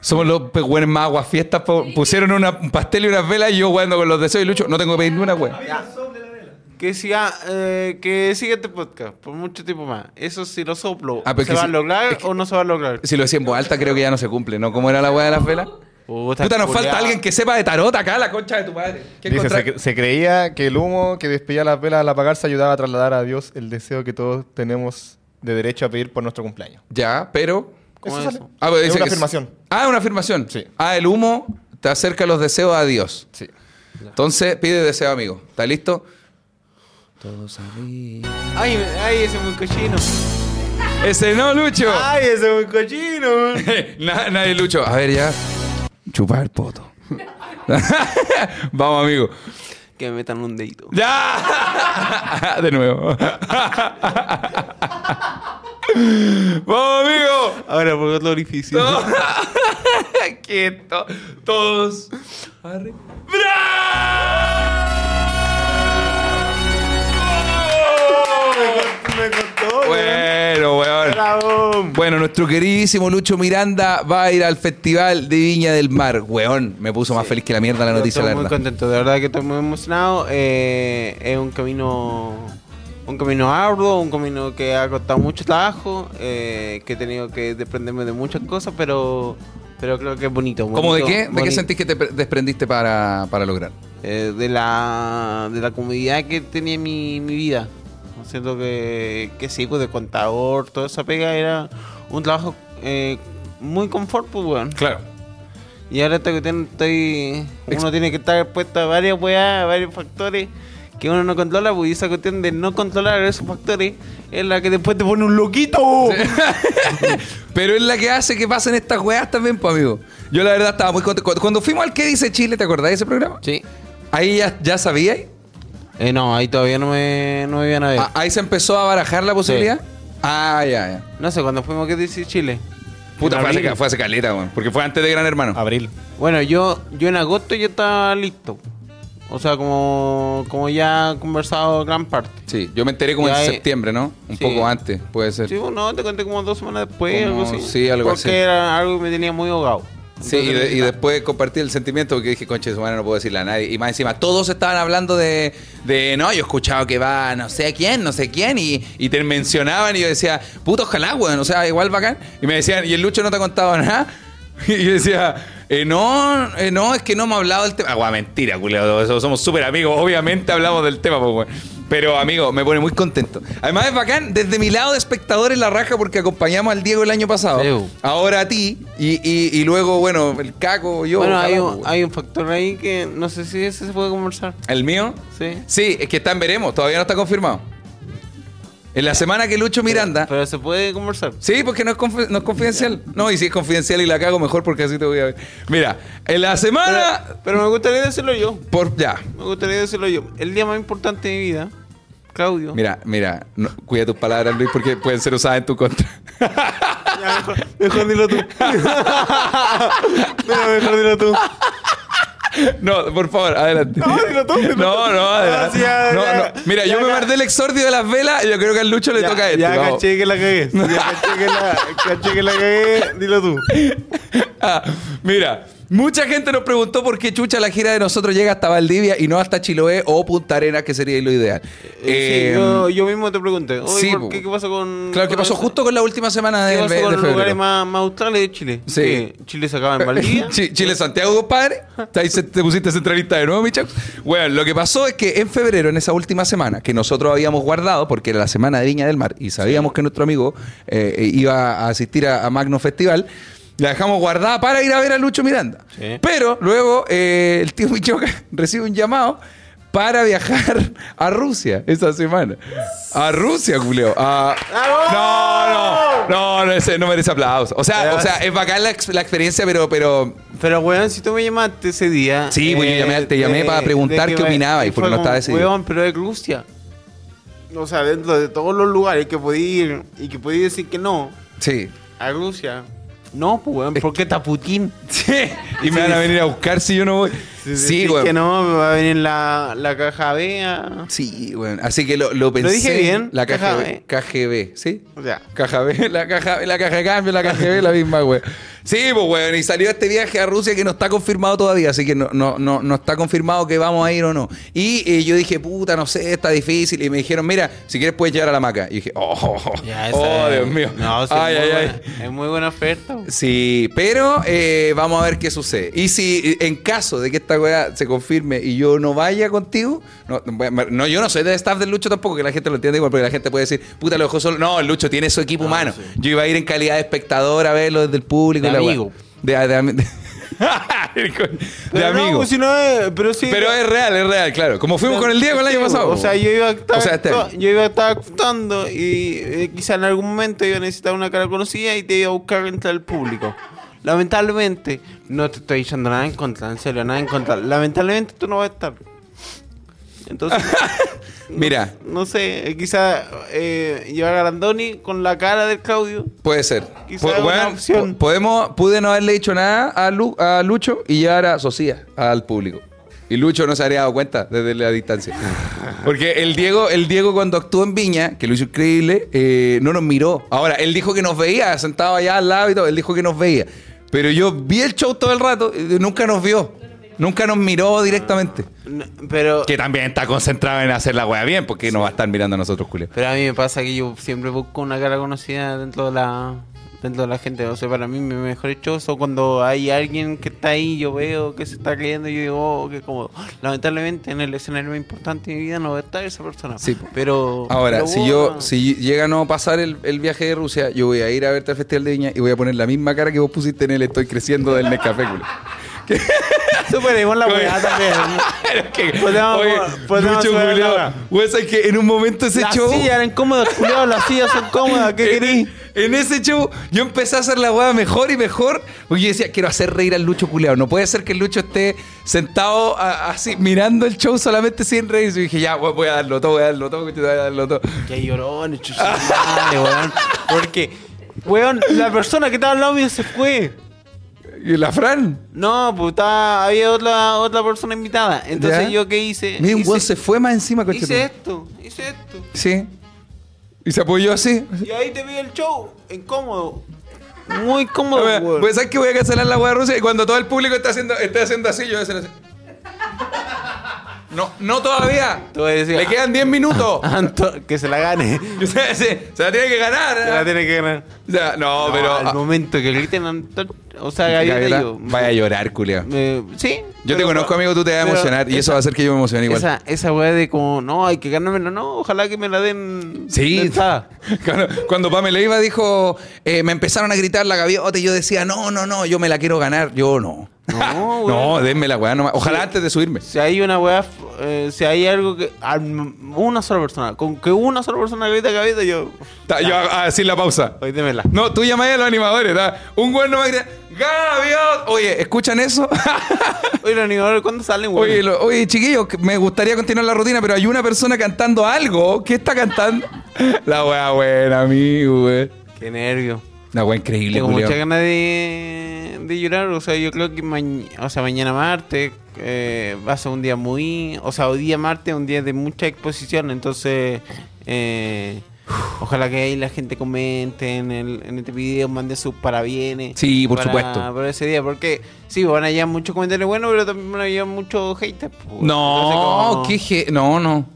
Speaker 3: Somos los pegüenes más aguafiestas. po. Pusieron una, un pastel y unas velas y yo jugando con los deseos y lucho. No tengo que pedir ni una wea.
Speaker 2: Que siga, eh, que siga este podcast por mucho tiempo más. Eso si lo soplo,
Speaker 3: Ah, pero
Speaker 2: ¿se
Speaker 3: que
Speaker 2: va a
Speaker 3: si-
Speaker 2: lograr
Speaker 3: es que-
Speaker 2: o no se va a lograr?
Speaker 3: Si lo decía en voz alta, creo que ya no se cumple, ¿no? ¿Cómo era la wea de las velas?
Speaker 2: Puta,
Speaker 3: Puta, nos
Speaker 2: culiao.
Speaker 3: falta alguien que sepa de tarot acá, la concha de tu madre. ¿Qué
Speaker 4: Dice,
Speaker 3: encontrá-
Speaker 4: se, cre- se creía que el humo que despedía las velas al apagarse ayudaba a trasladar a Dios el deseo que todos tenemos de derecho a pedir por nuestro cumpleaños.
Speaker 3: Ya, pero.
Speaker 2: ¿Cómo
Speaker 4: Eso
Speaker 2: es
Speaker 4: sale.
Speaker 2: eso?
Speaker 3: Ah, pero
Speaker 4: es
Speaker 3: dice
Speaker 4: una
Speaker 3: que
Speaker 4: afirmación.
Speaker 3: Ah, una afirmación.
Speaker 4: Sí.
Speaker 3: Ah, el humo te acerca los deseos a Dios.
Speaker 4: Sí.
Speaker 3: Entonces, pide deseo, amigo. ¿Está listo?
Speaker 2: Ay, ay, ese es muy cochino.
Speaker 3: Ese no, Lucho.
Speaker 2: Ay, ese es muy cochino.
Speaker 3: Na- nadie, Lucho. A ver, ya. Chupar poto. Vamos, amigo.
Speaker 2: que me metan un dedito.
Speaker 3: ¡Ya! De nuevo. ¡Vamos, amigo!
Speaker 2: Ahora, por otro orificio.
Speaker 3: Quieto. Todos. Arre- ¡Bravo!
Speaker 2: Me contó.
Speaker 3: Bueno, weón.
Speaker 2: Bravo.
Speaker 3: Bueno, nuestro queridísimo Lucho Miranda va a ir al Festival de Viña del Mar. Weón, me puso más feliz que la mierda la
Speaker 2: Yo
Speaker 3: noticia,
Speaker 2: estoy
Speaker 3: la
Speaker 2: muy
Speaker 3: verdad.
Speaker 2: contento, de verdad que estoy muy emocionado. Eh, es un camino un camino arduo, un camino que ha costado mucho trabajo, eh, que he tenido que desprenderme de muchas cosas, pero pero creo que es bonito.
Speaker 3: ¿Cómo de
Speaker 2: bonito,
Speaker 3: qué? ¿De qué
Speaker 2: bonito.
Speaker 3: sentís que te pre- desprendiste para, para lograr?
Speaker 2: Eh, de la de la comodidad que tenía mi, mi vida. Siento que, que sí, pues de contador, toda esa pega era un trabajo eh, muy confort, pues, weón.
Speaker 3: Claro.
Speaker 2: Y ahora esta cuestión estoy. Uno tiene que estar expuesto a varias weas, a varios factores que uno no controla, pues y esa cuestión de no controlar esos factores es la que después te pone un loquito.
Speaker 3: Pero es la que hace que pasen estas weas también, pues, amigo. Yo la verdad estaba muy contento. Cuando- Cuando fuimos al ¿Qué dice Chile? ¿Te acordás de ese programa?
Speaker 2: Sí.
Speaker 3: Ahí ya, ya sabíais.
Speaker 2: Eh, no, ahí todavía no me, no me iban a ver.
Speaker 3: Ah, ahí se empezó a barajar la posibilidad. Ah, ya, ya.
Speaker 2: No sé, cuando fuimos, ¿qué dice Chile?
Speaker 3: Puta,
Speaker 2: En
Speaker 3: fue hace,
Speaker 2: abril.
Speaker 3: ca- fue hace caleta, weón. Porque fue antes de Gran Hermano.
Speaker 2: Ah.
Speaker 4: Abril.
Speaker 2: Bueno, yo, yo en agosto ya estaba listo. O sea, como, como ya he conversado gran parte.
Speaker 3: Sí, yo me enteré como
Speaker 2: Y
Speaker 3: en
Speaker 2: ahí-
Speaker 3: septiembre, ¿no? Un
Speaker 2: eh. Sí.
Speaker 3: poco antes, puede ser.
Speaker 2: Sí, bueno, te conté como dos semanas después,
Speaker 3: Como-
Speaker 2: algo así.
Speaker 3: sí, algo
Speaker 2: Porque
Speaker 3: así.
Speaker 2: era algo que me tenía muy ahogado. "Ah".
Speaker 3: Sí, y, de- y después compartí el sentimiento porque dije, conche, su madre no puedo decirle a nadie. Y más encima, todos estaban hablando de, de no, yo he escuchado que va no sé quién, no sé quién, y, y te mencionaban y yo decía, puto, ojalá, weón, o sea, igual bacán. Y me decían, ¿y el Lucho no te ha contado nada? Y yo decía, eh, no, eh, no, es que no hemos hablado del tema. Ah, guau, mentira, culiado, so- somos súper amigos, obviamente hablamos del tema, pues, weón. Pero, amigo, me pone muy contento. Además, es bacán, desde mi lado de espectador en la raja, porque acompañamos al Diego el año pasado.
Speaker 2: Ew.
Speaker 3: Ahora a ti y, y- y luego, bueno, el caco, yo.
Speaker 2: bueno,
Speaker 3: ojalá,
Speaker 2: hay
Speaker 3: pues,
Speaker 2: un,
Speaker 3: güey.
Speaker 2: hay un factor ahí que no sé si ese se puede conversar.
Speaker 3: ¿El mío?
Speaker 2: Sí.
Speaker 3: Sí, es que está en veremos, todavía no está confirmado. En la semana que Lucho Miranda.
Speaker 2: Pero se puede conversar.
Speaker 3: Sí, porque no es, confi- no es confidencial. No, y si es confidencial y la cago mejor porque así te voy a ver. Mira, en la
Speaker 2: Pero,
Speaker 3: semana.
Speaker 2: pero me gustaría decirlo yo.
Speaker 3: Por, ya.
Speaker 2: Me gustaría decirlo yo. El día más importante de mi vida, Claudio.
Speaker 3: Mira, mira, no- cuida tus palabras, Luis, porque pueden ser usadas en tu contra.
Speaker 2: Ya, mejor, mejor dilo tú. Mira, mejor dilo tú.
Speaker 3: No, por favor, adelante. No,
Speaker 2: dilo tú, dilo
Speaker 3: No, no, adelante.
Speaker 2: Ah, sí, ya,
Speaker 3: No,
Speaker 2: ya.
Speaker 3: no. Mira,
Speaker 2: Ya,
Speaker 3: yo me
Speaker 2: ya.
Speaker 3: perdí el exordio de las velas y yo creo que al Lucho le
Speaker 2: ya,
Speaker 3: toca esto.
Speaker 2: Ya
Speaker 3: vamos.
Speaker 2: caché que la cagué. Ya caché que la, caché que la cagué. Dilo tú.
Speaker 3: Ah, mira, mucha gente nos preguntó por qué chucha la gira de nosotros llega hasta Valdivia y no hasta Chiloé o Punta Arenas, que sería lo ideal.
Speaker 2: Sí,
Speaker 3: Eh,
Speaker 2: yo, yo mismo te pregunté. Oye,
Speaker 3: sí,
Speaker 2: ¿por
Speaker 3: po.
Speaker 2: qué, ¿Qué pasó con.?
Speaker 3: claro, que
Speaker 2: con
Speaker 3: pasó
Speaker 2: eso?
Speaker 3: justo con la última semana
Speaker 2: ¿Qué
Speaker 3: del
Speaker 2: pasó
Speaker 3: mes
Speaker 2: con
Speaker 3: de
Speaker 2: los
Speaker 3: febrero.
Speaker 2: lugares más, más australes de Chile?
Speaker 3: Sí.
Speaker 2: ¿Qué? Chile se acaba en Valdivia.
Speaker 3: Chi- Chile Santiago, compadre. Te, ahí se- te pusiste centralista de nuevo, mi chavo. Bueno, lo que pasó es que en febrero, en esa última semana, que nosotros habíamos guardado, porque era la semana de Viña del Mar, y sabíamos que nuestro amigo eh, iba a asistir a, a Magno Festival, la dejamos guardada para ir a ver a Lucho Miranda.
Speaker 2: Sí.
Speaker 3: Pero luego eh, el tío Michoca recibe un llamado. Para viajar a Rusia esa semana. A Rusia, Julio. A- No, no, no, no, ese no merece aplausos. O sea, o sea, es bacán la, ex- la experiencia, pero, pero
Speaker 2: Pero, weón, si tú me llamaste ese día. eh,
Speaker 3: Sí, pues, yo llamé- te llamé para preguntar qué
Speaker 2: me-
Speaker 3: opinabas y
Speaker 2: fue
Speaker 3: porque no
Speaker 2: como,
Speaker 3: estaba decidido.
Speaker 2: Weón, pero es Rusia. O sea, dentro de todos los lugares que podí ir y que podí decir que no,
Speaker 3: sí.
Speaker 2: a Rusia. No, pues, weón, porque está Putin.
Speaker 3: Sí, y me van a venir a buscar si yo no voy. Sí,
Speaker 2: Decir
Speaker 3: güey.
Speaker 2: que no, me va a venir la, la caja ah. BEA.
Speaker 3: Sí, güey. Así que lo, lo pensé.
Speaker 2: dije bien?
Speaker 3: La
Speaker 2: Caja
Speaker 3: KGB. KGB, ¿sí?
Speaker 2: O sea,
Speaker 3: Caja B, la caja, la caja de cambio, la caja B, la misma, güey. Sí, pues, güey. Y salió este viaje a Rusia que no está confirmado todavía, así que no, no, no, no está confirmado que vamos a ir o no. Y eh, yo dije, puta, no sé, está difícil. Y me dijeron, mira, si quieres puedes llegar a la maca. Y dije, oh,
Speaker 2: ya,
Speaker 3: oh
Speaker 2: esa-
Speaker 3: Dios mío.
Speaker 2: No, sí,
Speaker 3: ay,
Speaker 2: es,
Speaker 3: ay,
Speaker 2: muy
Speaker 3: ay.
Speaker 2: buena, es muy buena oferta. weón.
Speaker 3: Sí, pero eh, vamos a ver qué sucede. Y si eh, en caso de que esta weá se confirme y yo no vaya contigo, no, no, yo no soy de staff del Lucho tampoco, que la gente lo entiende igual, porque la gente puede decir, puta, lo dejó solo. No, el Lucho tiene su equipo
Speaker 2: Ah,
Speaker 3: humano. Yo iba a ir en calidad de espectador a verlo desde el público.
Speaker 2: De
Speaker 3: y la weá.
Speaker 2: amigo.
Speaker 3: De, de ami- de- de
Speaker 2: Pero no,
Speaker 3: amigo.
Speaker 2: pues, si no es- pero sí.
Speaker 3: pero es real, es real, claro. Como fuimos con el Diego el
Speaker 2: Sí,
Speaker 3: año
Speaker 2: pues,
Speaker 3: pasado.
Speaker 2: O sea, yo iba a estar,
Speaker 3: O sea, este
Speaker 2: actua-
Speaker 3: año.
Speaker 2: yo iba a estar actuando y eh, quizá en algún momento iba a necesitar una cara conocida y te iba a buscar entre el público. Lamentablemente, no te estoy diciendo nada en contra, en serio, nada en contra. Lamentablemente tú no vas a estar. Entonces, no-
Speaker 3: Mira.
Speaker 2: No, sé, eh, quizá eh, llevar a Grandoni con la cara del Claudio.
Speaker 3: Puede ser.
Speaker 2: Quizá
Speaker 3: Po-
Speaker 2: una
Speaker 3: bueno,
Speaker 2: opción.
Speaker 3: po- podemos, pude no haberle dicho nada a, Lu- a Lucho y llevar a Socia al público. Y Lucho no se habría dado cuenta desde la distancia. Porque el Diego, el Diego cuando actuó en Viña, que lo hizo increíble, eh, no nos miró. Ahora, él dijo que nos veía, sentado allá al lado y todo, él dijo que nos veía. Pero yo vi el show todo el rato, y nunca nos vio. Nunca nos miró directamente.
Speaker 2: No, pero,
Speaker 3: Que también está concentrado en hacer la wea bien, porque no va a estar mirando a nosotros, Julio.
Speaker 2: pero a mí me pasa que yo siempre busco una cara conocida dentro de la dentro de la gente. O sea, para mí mi mejor shows son cuando hay alguien que está ahí, yo veo que se está cayendo y yo digo, oh, qué cómodo. Lamentablemente en el escenario más importante de mi vida no va a estar esa persona.
Speaker 3: Sí, po.
Speaker 2: pero...
Speaker 3: Ahora,
Speaker 2: pero
Speaker 3: si
Speaker 2: vos,
Speaker 3: yo
Speaker 2: no.
Speaker 3: si llega a no pasar el, el viaje de Rusia, yo voy a ir a verte al Festival de Viña y voy a poner la misma cara que vos pusiste en el Estoy Creciendo del Nescafé, culo.
Speaker 2: Superemos la
Speaker 3: Oye.
Speaker 2: weá también.
Speaker 3: Pero que-
Speaker 2: Podemos- podemos
Speaker 3: Lucho,
Speaker 2: hacer
Speaker 3: culiao,
Speaker 2: nada.
Speaker 3: güey, ¿sabes que en un momento ese
Speaker 2: Las
Speaker 3: show...
Speaker 2: sillas eran cómodas, culiao, las sillas son cómodas, ¿qué querís?
Speaker 3: en, e-, en ese show yo empecé a hacer la hueá mejor y mejor. Porque yo decía, quiero hacer reír al Lucho culeado. No puede ser que el Lucho esté sentado a- así, mirando el show solamente sin reírse. Y dije, ya, güey, voy a darlo todo, voy a darlo todo, voy a darlo todo.
Speaker 2: Que llorones, chuchilales, weón. Porque, weón, la persona que estaba al lado mío se fue.
Speaker 3: Y la Fran...
Speaker 2: No, pues estaba- había otra, otra persona invitada. Entonces
Speaker 3: ¿Ya?
Speaker 2: yo qué hice.
Speaker 3: Mira, un
Speaker 2: hice,
Speaker 3: weón se fue más encima, coche.
Speaker 2: hice esto, hice esto.
Speaker 3: Sí. Y se apoyó así.
Speaker 2: Y ahí te vi el show, incómodo. Muy
Speaker 3: Ah,
Speaker 2: cómodo,
Speaker 3: mira,
Speaker 2: weón.
Speaker 3: Pues sabes que voy a cancelar la hueá de Rusia y cuando todo el público está haciendo, está haciendo así, yo voy a hacer así. No, no todavía.
Speaker 2: Te voy a decir, ah.
Speaker 3: Le quedan 10 minutos.
Speaker 2: Anto- que se la gane.
Speaker 3: Sí, sí, se, la tiene que ganar. ¿eh?
Speaker 2: se la tiene que ganar.
Speaker 3: O sea, no,
Speaker 2: No,
Speaker 3: pero.
Speaker 2: Al
Speaker 3: ah,
Speaker 2: momento que griten, Anto- o sea, Gaviota,
Speaker 3: Gabriela,
Speaker 2: yo.
Speaker 3: vaya a llorar, culia.
Speaker 2: Eh, sí.
Speaker 3: Yo te
Speaker 2: pero-
Speaker 3: conozco, amigo, tú te vas a
Speaker 2: pero
Speaker 3: emocionar y eso va a hacer que yo me emocione igual.
Speaker 2: Esa, esa weá de como, no, hay que ganármelo, no, ojalá que me la den.
Speaker 3: Sí.
Speaker 2: dentada.
Speaker 3: Cuando, cuando Pamela iba dijo, eh, me empezaron a gritar la gaviota y yo decía, no, no, no, yo me la quiero ganar, yo no.
Speaker 2: No, güey.
Speaker 3: no, denme la weá nomás. Ojalá antes de subirme.
Speaker 2: Si hay una weá, f- eh, si hay algo que. al- Una sola persona, con que una sola persona grita cabeza, yo.
Speaker 3: Ta- yo a, a decir la pausa.
Speaker 2: Hoy démela.
Speaker 3: No, tú llamás a los animadores, ta. Un güey no va a gritar, ¡Gaviota! Oye, ¿escuchan eso?
Speaker 2: Oye, los animadores, ¿cuándo salen, weón?
Speaker 3: oye, lo- oye, chiquillos, que me gustaría continuar la rutina, pero hay una persona cantando algo. ¿Qué está cantando? La weá buena, amigo, güey.
Speaker 2: Qué nervio.
Speaker 3: La weá increíble,
Speaker 2: Tengo
Speaker 3: Julio.
Speaker 2: muchas ganas de, de llorar, o sea, yo creo que mañ- o sea, mañana martes eh, va a ser un día muy... O sea, hoy día martes es un día de mucha exposición, entonces... eh, ojalá que ahí la gente comente en, el, en este video, mande sus parabienes.
Speaker 3: Sí, por
Speaker 2: para-
Speaker 3: supuesto.
Speaker 2: Para ese día, porque sí, van a llegar muchos comentarios buenos, pero también van a llegar muchos haters. pues. Entonces,
Speaker 3: No,
Speaker 2: como-
Speaker 3: qué je- No, no.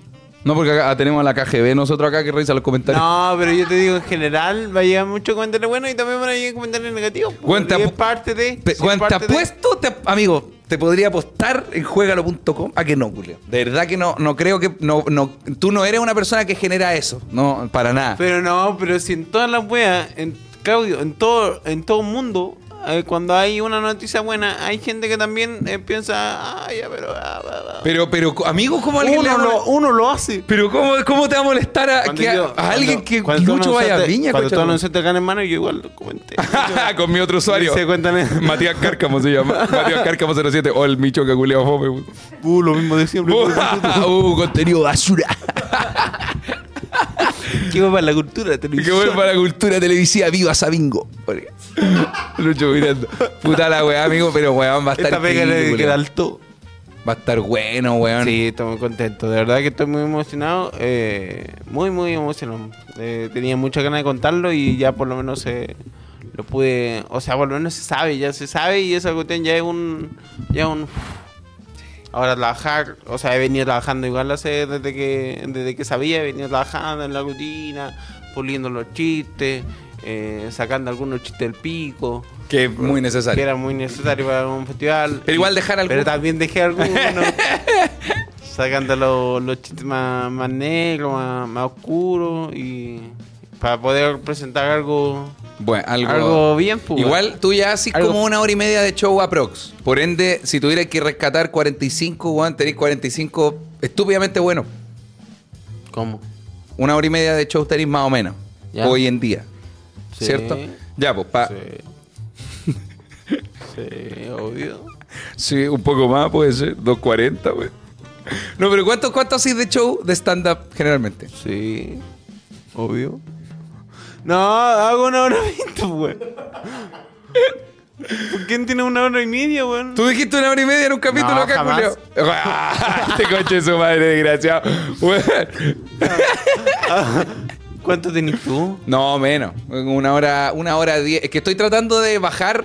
Speaker 3: No, porque acá ah, tenemos a la KGB nosotros acá que revisa los comentarios.
Speaker 2: No, pero yo te digo, en general va a llegar mucho comentario bueno y también van a llegar comentarios negativos. pues.
Speaker 3: Cuenta
Speaker 2: Y es
Speaker 3: pu-
Speaker 2: parte de.
Speaker 3: Pe-
Speaker 2: sí, es
Speaker 3: Juan, te
Speaker 2: parte de-
Speaker 3: apuesto, te ap- amigo, te podría apostar en juegalo.com a que no, Julio. De verdad que no, no creo que. No, no, tú no eres una persona que genera eso. No, para nada.
Speaker 2: Pero no, pero si en todas las weas, en Claudio, en todo, en todo mundo, eh, cuando hay una noticia buena, hay gente que también eh, piensa, ah, ya, pero. ah, ah, ah".
Speaker 3: Pero, pero, amigo, ¿cómo alguien le
Speaker 2: uno,
Speaker 3: va a
Speaker 2: lo,
Speaker 3: molest-
Speaker 2: uno lo hace.
Speaker 3: Pero, ¿cómo, cómo te va a molestar a,
Speaker 2: Cuando
Speaker 3: que a-
Speaker 2: yo-
Speaker 3: a
Speaker 2: cuando-
Speaker 3: alguien que
Speaker 2: cuando tú
Speaker 3: Lucho vaya a
Speaker 2: anunciaste-
Speaker 3: Viña?
Speaker 2: Cuando tú
Speaker 3: concha-
Speaker 2: anunciaste acá en hermano, yo igual lo comenté.
Speaker 3: Con mi otro usuario.
Speaker 2: Se cuentan en-
Speaker 3: Matías Cárcamo se llama. Matías Cárcamo 07. O el micho que culea fome.
Speaker 2: Uh, lo mismo de siempre.
Speaker 3: uh, contenido basura.
Speaker 2: Qué para la cultura, te
Speaker 3: que voy para la cultura televisiva. Viva Sabingo. Oiga. Lucho mirando. Puta la weá, amigo. Pero weón, va a estar.
Speaker 2: Esta pega
Speaker 3: increíble,
Speaker 2: le
Speaker 3: culiao.
Speaker 2: queda alto.
Speaker 3: Va a estar bueno, weón.
Speaker 2: Sí, estoy muy contento. De verdad que estoy muy emocionado. eh, muy, muy emocionado. Eh, tenía muchas ganas de contarlo y ya por lo menos se lo pude. O sea, por lo menos se sabe, ya se sabe y esa cuestión ya es un. Ya es un. Ahora trabajar, o sea, he venido trabajando igual hace desde que desde que sabía, he venido trabajando en la rutina, puliendo los chistes, eh, sacando algunos chistes del pico,
Speaker 3: Que es muy
Speaker 2: que
Speaker 3: necesario.
Speaker 2: era muy necesario para un festival.
Speaker 3: Pero igual dejar
Speaker 2: Pero
Speaker 3: algunos.
Speaker 2: también dejé algunos. sacando los, los chistes más, más negros, más, más oscuros. Y para poder presentar algo,
Speaker 3: Bueno, algo.
Speaker 2: algo, bien, pues.
Speaker 3: Igual tú ya haces
Speaker 2: Algo-
Speaker 3: como una hora y media de show aprox. Por ende, si tuvieras que rescatar 45, weón, tenéis 45 estúpidamente buenos.
Speaker 2: ¿Cómo?
Speaker 3: Una hora y media de show tenéis más o menos.
Speaker 2: Ya.
Speaker 3: Hoy en día.
Speaker 2: Sí.
Speaker 3: ¿Cierto? Ya, pues, pa-
Speaker 2: Sí. sí, obvio.
Speaker 3: Sí, un poco más puede ser. 240, güey. No, pero ¿cuánto, cuánto haces de show de stand-up generalmente?
Speaker 2: Sí, obvio. No, hago una hora veinte, güey. ¿Por quién tiene una hora y media, güey?
Speaker 3: Tú dijiste una hora y media en un capítulo
Speaker 2: No,
Speaker 3: acá,
Speaker 2: jamás.
Speaker 3: Julio. Este coche es su madre, desgraciado. Güey.
Speaker 2: ¿Cuánto tenés tú?
Speaker 3: No, menos. Una hora, una hora diez. Es que estoy tratando de bajar.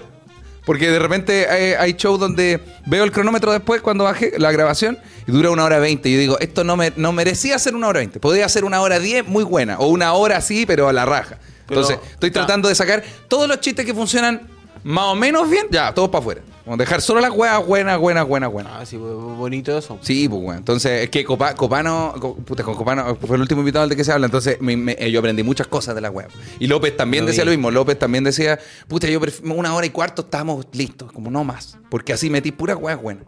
Speaker 3: Porque de repente hay, hay shows donde veo el cronómetro después cuando bajé la grabación y dura una hora veinte. Yo digo, esto no, me, no merecía ser una hora veinte. Podría ser una hora diez muy buena. O una hora así, pero a la raja.
Speaker 2: Pero,
Speaker 3: Entonces, estoy
Speaker 2: ya.
Speaker 3: tratando de sacar todos los chistes que funcionan más o menos bien. Ya, todos para afuera. Vamos a dejar solo las huevas buenas, buenas, buenas, buenas.
Speaker 2: Ah, sí, bonito eso.
Speaker 3: Sí, pues, weón. Entonces, es que Copa- Copano, co- puta, con Copano fue el último invitado al de que se habla. Entonces, me- me- eh, yo aprendí muchas cosas de la web. Y López también
Speaker 2: Lo
Speaker 3: decía lo
Speaker 2: vi.
Speaker 3: mismo. López también decía, puta, yo pref- una hora y cuarto estábamos listos, como no más. Porque así metí puras weas buenas.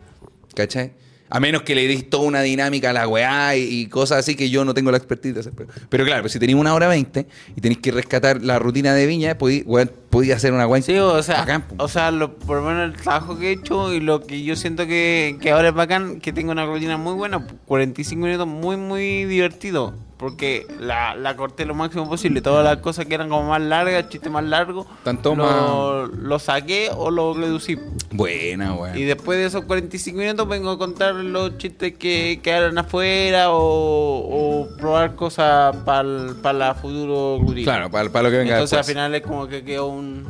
Speaker 3: ¿Cachai? A menos que le dis toda una dinámica a la weá y, y cosas así que yo no tengo la expertise de hacer. Pero, pero claro, pues, si tenéis una hora veinte y tenéis que rescatar la rutina de Viña, podí, weón, podí hacer una weá.
Speaker 2: Sí, o sea,
Speaker 3: bacán, po.
Speaker 2: o sea lo, por lo menos el trabajo que he hecho y lo que yo siento que, que ahora es bacán, que tengo una rutina muy buena, 45 minutos muy, muy divertido, porque la, la corté lo máximo posible, todas las cosas que eran como más largas, chistes más largos,
Speaker 3: Tanto
Speaker 2: lo, lo saqué o lo reducí.
Speaker 3: Buena, weón.
Speaker 2: Y después de esos 45 minutos vengo a contar los chistes que quedaron afuera o, o probar cosas para la futuro rutina.
Speaker 3: Claro, para lo que venga pues.
Speaker 2: Entonces
Speaker 3: después.
Speaker 2: al final es como que quedó un,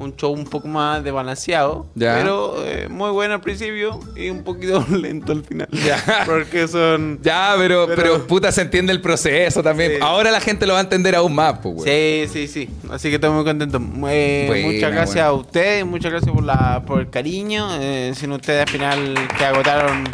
Speaker 2: un show un poco más desbalanceado,
Speaker 3: Ya.
Speaker 2: pero eh, muy bueno al principio y un poquito lento al final.
Speaker 3: Ya.
Speaker 2: Porque son...
Speaker 3: Ya, pero, pero,
Speaker 2: Pero-
Speaker 3: puta, se entiende el proceso también.
Speaker 2: Sí.
Speaker 3: Ahora la gente lo va a entender aún más, pues, güey.
Speaker 2: Sí, sí, sí. Así que estoy muy contento. Eh,
Speaker 3: Buena,
Speaker 2: muchas gracias
Speaker 3: buena.
Speaker 2: a ustedes, muchas gracias por, la, por el cariño. Eh, sin ustedes al final que agotaron,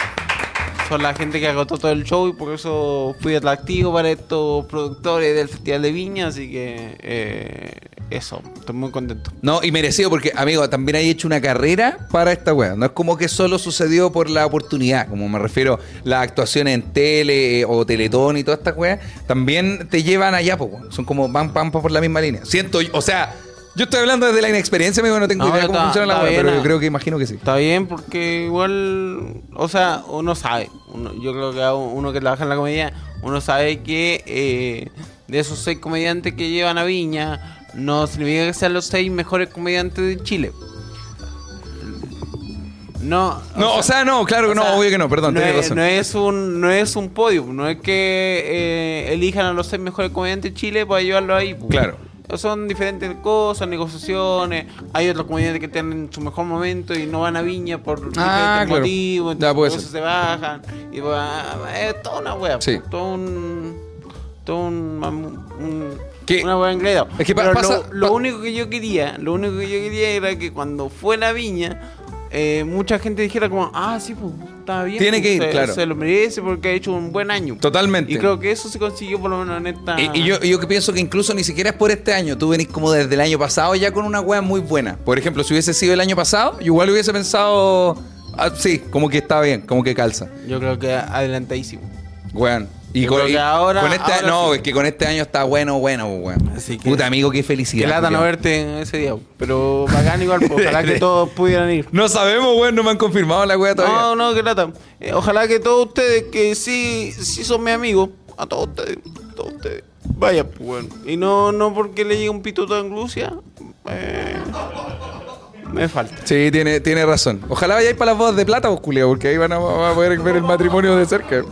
Speaker 2: son la gente que agotó todo el show y por eso fui atractivo para estos productores del Festival de Viña. Así que eh, eso, estoy muy contento.
Speaker 3: No, y merecido porque, amigo, también hay hecho una carrera para esta weá. No es como que solo sucedió por la oportunidad, como me refiero, las actuaciones en tele eh, o teletón y todas estas weas, también te llevan allá, pues, weón. Son como van, van, van por la misma línea. Siento, yo- o sea, yo estoy hablando desde la inexperiencia, amigo, no tengo
Speaker 2: No,
Speaker 3: idea
Speaker 2: pero
Speaker 3: cómo
Speaker 2: está-
Speaker 3: funciona la
Speaker 2: está
Speaker 3: weá,
Speaker 2: bien,
Speaker 3: pero yo
Speaker 2: ah.
Speaker 3: creo que imagino que sí.
Speaker 2: Está bien porque igual, o sea, uno sabe, uno- yo creo que a uno que trabaja en la comedia, uno sabe que eh, de esos seis comediantes que llevan a Viña, no significa que sean los seis mejores comediantes de Chile. No,
Speaker 3: No, o sea, no, claro que no,
Speaker 2: sea,
Speaker 3: obvio que no, perdón,
Speaker 2: no
Speaker 3: tenés
Speaker 2: es,
Speaker 3: razón.
Speaker 2: no es un no es un podio, no es que eh, elijan a los seis mejores comediantes de Chile para llevarlo ahí. pues.
Speaker 3: Claro.
Speaker 2: Son diferentes cosas, negociaciones. Hay otros comediantes que tienen su mejor momento y no van a Viña por diferentes
Speaker 3: Ah, claro.
Speaker 2: motivos.
Speaker 3: Ya,
Speaker 2: entonces
Speaker 3: puede
Speaker 2: por eso
Speaker 3: ser.
Speaker 2: se bajan. Y va- es toda una wea.
Speaker 3: Sí.
Speaker 2: pues, Todo un. Todo un. mam- un-
Speaker 3: Que-
Speaker 2: una wea enredada.
Speaker 3: es que pa-
Speaker 2: Pero
Speaker 3: pasa-
Speaker 2: lo, lo
Speaker 3: pa-
Speaker 2: único que yo quería, lo único que yo quería era que cuando fuera a Viña, eh, mucha gente dijera como, ah, sí, pues, está bien.
Speaker 3: Tiene
Speaker 2: pues,
Speaker 3: que ir,
Speaker 2: se-
Speaker 3: claro.
Speaker 2: Se lo merece porque ha hecho un buen año.
Speaker 3: Totalmente.
Speaker 2: Y creo que eso se consiguió por lo menos en esta...
Speaker 3: Y, y yo, y yo que pienso que incluso ni siquiera es por este año. Tú venís como desde el año pasado ya con una wea muy buena. Por ejemplo, si hubiese sido el año pasado, yo igual hubiese pensado. ah, sí, como que está bien, como que calza.
Speaker 2: Yo creo que adelantadísimo.
Speaker 3: Weón. Y
Speaker 2: Yo
Speaker 3: con,
Speaker 2: creo que
Speaker 3: y
Speaker 2: ahora-
Speaker 3: con este
Speaker 2: ahora
Speaker 3: No,
Speaker 2: sí.
Speaker 3: es que con este año está bueno, bueno, weón.
Speaker 2: Así que-
Speaker 3: Puta amigo, qué
Speaker 2: Que
Speaker 3: felicidad.
Speaker 2: lata no
Speaker 3: culiao.
Speaker 2: verte ese día. Pero bacán igual, pues, ojalá que todos pudieran ir.
Speaker 3: No sabemos, weón, no me han confirmado la wea todavía.
Speaker 2: No, no, que lata. Eh, ojalá que todos ustedes, que sí, sí son mis amigos, a todos ustedes, todos ustedes, vaya, pues bueno. Y no, no porque le llegue un pituto a Anglucia, eh, me falta.
Speaker 3: Sí, tiene, tiene razón. Ojalá vayáis para las bodas de plata, vos, culiao, porque ahí van a, van a poder ver el matrimonio de cerca.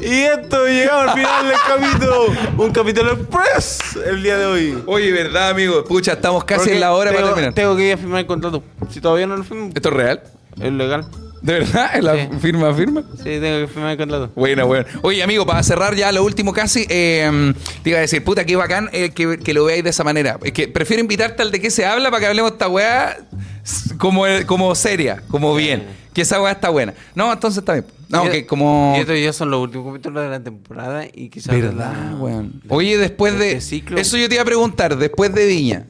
Speaker 2: Y esto, llegamos al final del capítulo, un capítulo express el día de hoy.
Speaker 3: Oye, ¿verdad, amigo? Pucha, estamos casi
Speaker 2: Porque
Speaker 3: en la hora
Speaker 2: tengo,
Speaker 3: para terminar.
Speaker 2: Tengo que ir a firmar el contrato. Si todavía no lo firmo,
Speaker 3: ¿Esto es real?
Speaker 2: es legal.
Speaker 3: ¿De verdad? ¿Es la
Speaker 2: Sí.
Speaker 3: firma, firma?
Speaker 2: Sí, tengo que firmar el contrato.
Speaker 3: Bueno, bueno. Oye, amigo, para cerrar ya lo último casi, eh, te iba a decir, puta, qué bacán eh, que, que lo veáis de esa manera. Es que prefiero invitarte al de qué se habla para que hablemos esta weá s- como, como seria, como bien. Que esa weá está buena. No, entonces está bien. No,
Speaker 2: Y-
Speaker 3: que como...
Speaker 2: Y estos ya son los últimos capítulos de la temporada y quizás... de
Speaker 3: ¿Verdad,
Speaker 2: la-
Speaker 3: weón? Oye, después
Speaker 2: de
Speaker 3: de.
Speaker 2: este ciclo.
Speaker 3: Eso yo te iba a preguntar, después de Viña.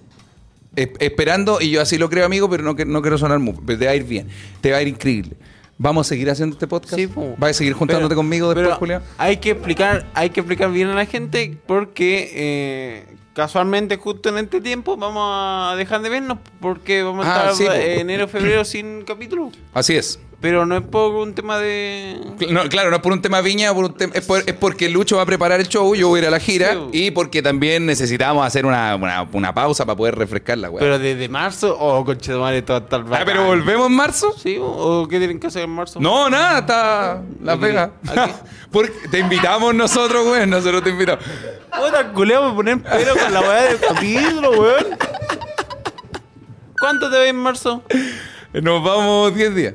Speaker 3: es- esperando, y yo así lo creo, amigo, pero no, que- no quiero sonar mucho. Pero te va a ir bien. Te va a ir increíble. ¿Vamos a seguir haciendo este podcast?
Speaker 2: Sí, po.
Speaker 3: ¿Vas a seguir juntándote
Speaker 2: Pero-
Speaker 3: conmigo después,
Speaker 2: pero
Speaker 3: Julián?
Speaker 2: Hay que explicar, hay que explicar bien a la gente porque eh, casualmente justo en este tiempo vamos a dejar de vernos porque vamos a
Speaker 3: Ah,
Speaker 2: estar
Speaker 3: sí, po.
Speaker 2: eh, enero, febrero sin capítulo.
Speaker 3: Así es.
Speaker 2: Pero no es por un tema de
Speaker 3: Cl- no, claro, no es por un tema Viña, por un tem- es, por- es porque Lucho va a preparar el show, yo voy a ir a la gira
Speaker 2: Sí, po.
Speaker 3: y porque también necesitamos hacer una, una, una pausa para poder refrescar la weá.
Speaker 2: pero desde marzo o oh, conchetumare todo hasta el
Speaker 3: Ah, pero
Speaker 2: bacán.
Speaker 3: volvemos en marzo.
Speaker 2: Sí, o, o qué tienen que hacer en marzo.
Speaker 3: No, nada, está Las Vegas.
Speaker 2: Aquí.
Speaker 3: Porque te invitamos nosotros, güey. Nosotros te invitamos.
Speaker 2: Puta culeo me ponen pero con la weá del capítulo, weón. ¿Cuánto te ves en marzo?
Speaker 3: Nos vamos 10 días.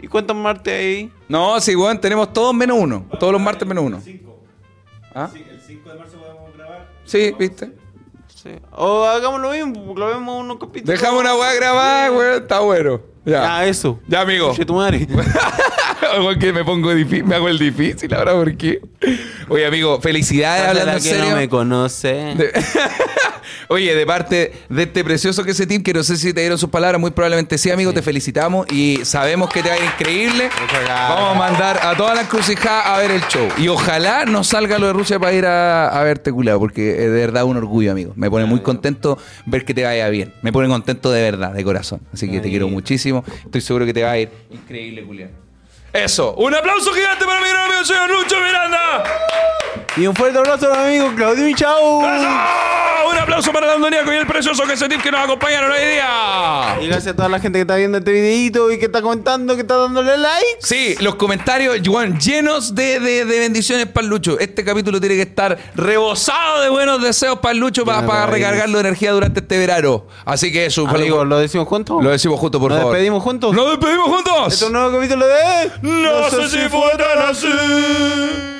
Speaker 2: ¿Y cuántos martes hay?
Speaker 3: No, sí, güey. Tenemos todos menos uno. Todos los martes menos uno. ¿Ah?
Speaker 6: El 5 de marzo podemos grabar.
Speaker 3: Sí, viste.
Speaker 2: Sí. O hagamos lo mismo, grabemos unos capítulos.
Speaker 3: Dejamos una weá grabada, güey. Está bueno.
Speaker 2: Ah,
Speaker 3: Ya.
Speaker 2: eso.
Speaker 3: Ya, amigo.
Speaker 2: Che, tu madre.
Speaker 3: Güey, que me pongo difícil, me hago el difícil ahora porque. Oye, amigo, felicidades
Speaker 2: Para
Speaker 3: hablando
Speaker 2: la
Speaker 3: en
Speaker 2: que no
Speaker 3: serio.
Speaker 2: me conoce.
Speaker 3: De- Oye, de parte de este precioso que es ese team, que no sé si te dieron sus palabras, muy probablemente sí, amigo, te felicitamos y sabemos que te va a ir increíble. Vamos a mandar a toda la encrucijada a ver el show. Y ojalá no salga lo de Rusia para ir a, a verte culado, porque es de verdad un orgullo, amigo. Me pone muy contento ver que te vaya bien. Me pone contento de verdad, de corazón. Así que te quiero muchísimo. Estoy seguro que te va a ir increíble, culiado. Eso, un aplauso gigante para mi gran amigo señor Lucho Miranda.
Speaker 2: Y un fuerte abrazo a mi amigo Claudio y chao.
Speaker 3: ¡Eso! ¡Ah! Un aplauso para Dandoniaco y el precioso que sentir que nos acompañaron hoy día.
Speaker 2: Y gracias a toda la gente que está viendo este videito y que está comentando, que está dándole like.
Speaker 3: Sí, los comentarios, Juan, llenos de, de- de bendiciones para el Lucho. Este capítulo tiene que estar rebosado de buenos deseos para el Lucho para,
Speaker 2: Lleno de vibes.
Speaker 3: recargarlo de energía durante este verano. Así que eso,
Speaker 2: Amigo, ¿lo decimos juntos?
Speaker 3: lo decimos juntos, por
Speaker 2: ¿Nos
Speaker 3: favor.
Speaker 2: despedimos juntos?
Speaker 3: ¡Nos despedimos juntos!
Speaker 2: Este es un nuevo capítulo de...
Speaker 3: No sé si fue tan así.